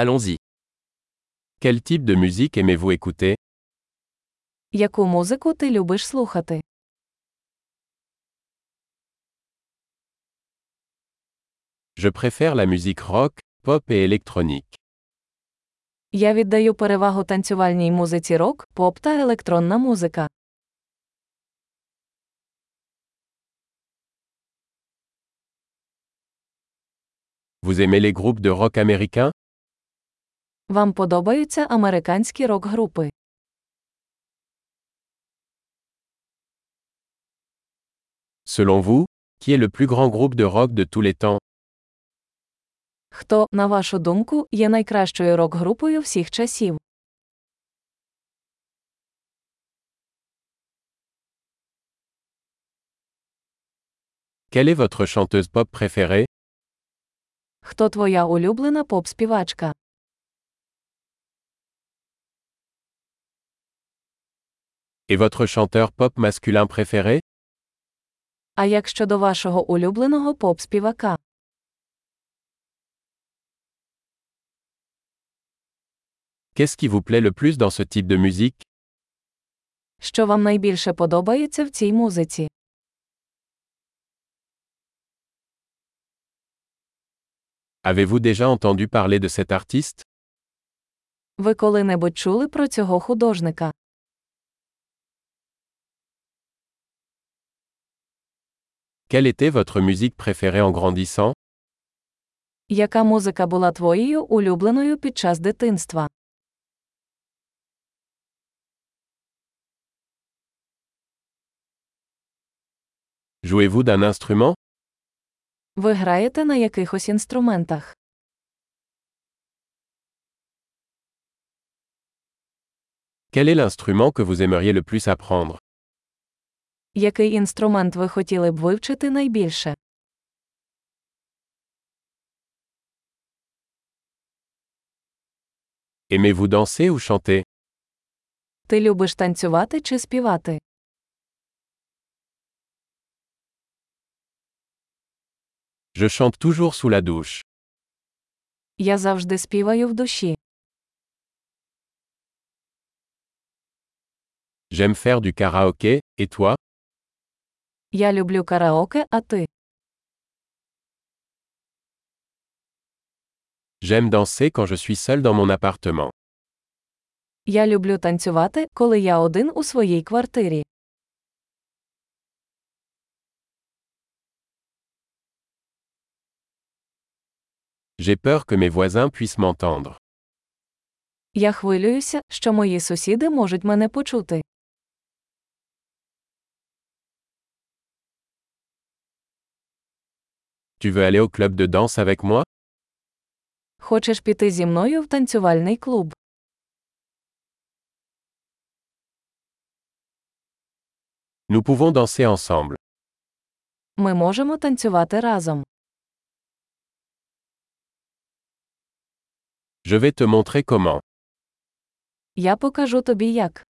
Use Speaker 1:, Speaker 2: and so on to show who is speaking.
Speaker 1: Allons-y. Quel type de musique aimez-vous écouter
Speaker 2: Яку музику ти любиш слухати?
Speaker 1: Je préfère la musique rock, pop et électronique.
Speaker 2: Я віддаю перевагу танцювальній музиці рок, поп та електронна музика.
Speaker 1: Vous aimez les groupes de rock américains
Speaker 2: Вам подобаються американські рок-групи.
Speaker 1: Selon vous, qui est le plus grand groupe de rock de tous les temps
Speaker 2: Хто, на вашу думку, є найкращою рок-групою всіх часів?
Speaker 1: Quelle est votre chanteuse pop préférée
Speaker 2: Хто твоя улюблена поп-співачка?
Speaker 1: Et votre chanteur pop masculin préféré
Speaker 2: А як щодо вашого улюбленого поп-співака?
Speaker 1: Qu'est-ce qui vous plaît le plus dans ce type de musique
Speaker 2: Що вам найбільше подобається в цій музиці?
Speaker 1: Avez-vous déjà entendu parler de cet artiste
Speaker 2: Ви коли-небудь чули про цього художника?
Speaker 1: Quelle était votre musique préférée en grandissant
Speaker 2: Яка музика була твоєю улюбленою під час дитинства?
Speaker 1: Jouez-vous d'un instrument
Speaker 2: Ви граєте на якихось інструментах?
Speaker 1: Quel est l'instrument que vous aimeriez le plus apprendre
Speaker 2: Який інструмент ви хотіли б вивчити найбільше?
Speaker 1: Aimez-vous danser ou chanter
Speaker 2: Ти любиш танцювати чи співати?
Speaker 1: Je chante toujours sous la douche.
Speaker 2: Я завжди співаю в душі.
Speaker 1: J'aime faire du karaoké, et toi
Speaker 2: Я люблю караоке, а ти?
Speaker 1: J'aime danser quand je suis seul dans mon appartement.
Speaker 2: Я люблю танцювати, коли я один у своїй квартирі.
Speaker 1: J'ai peur que mes voisins puissent m'entendre.
Speaker 2: Я хвилююся, що мої сусіди можуть мене почути.
Speaker 1: Tu veux aller au club de danse avec moi
Speaker 2: Хочеш піти зі мною в танцювальний клуб?
Speaker 1: Nous pouvons danser ensemble.
Speaker 2: Ми можемо танцювати разом.
Speaker 1: Je vais te montrer comment.
Speaker 2: Я покажу тобі як.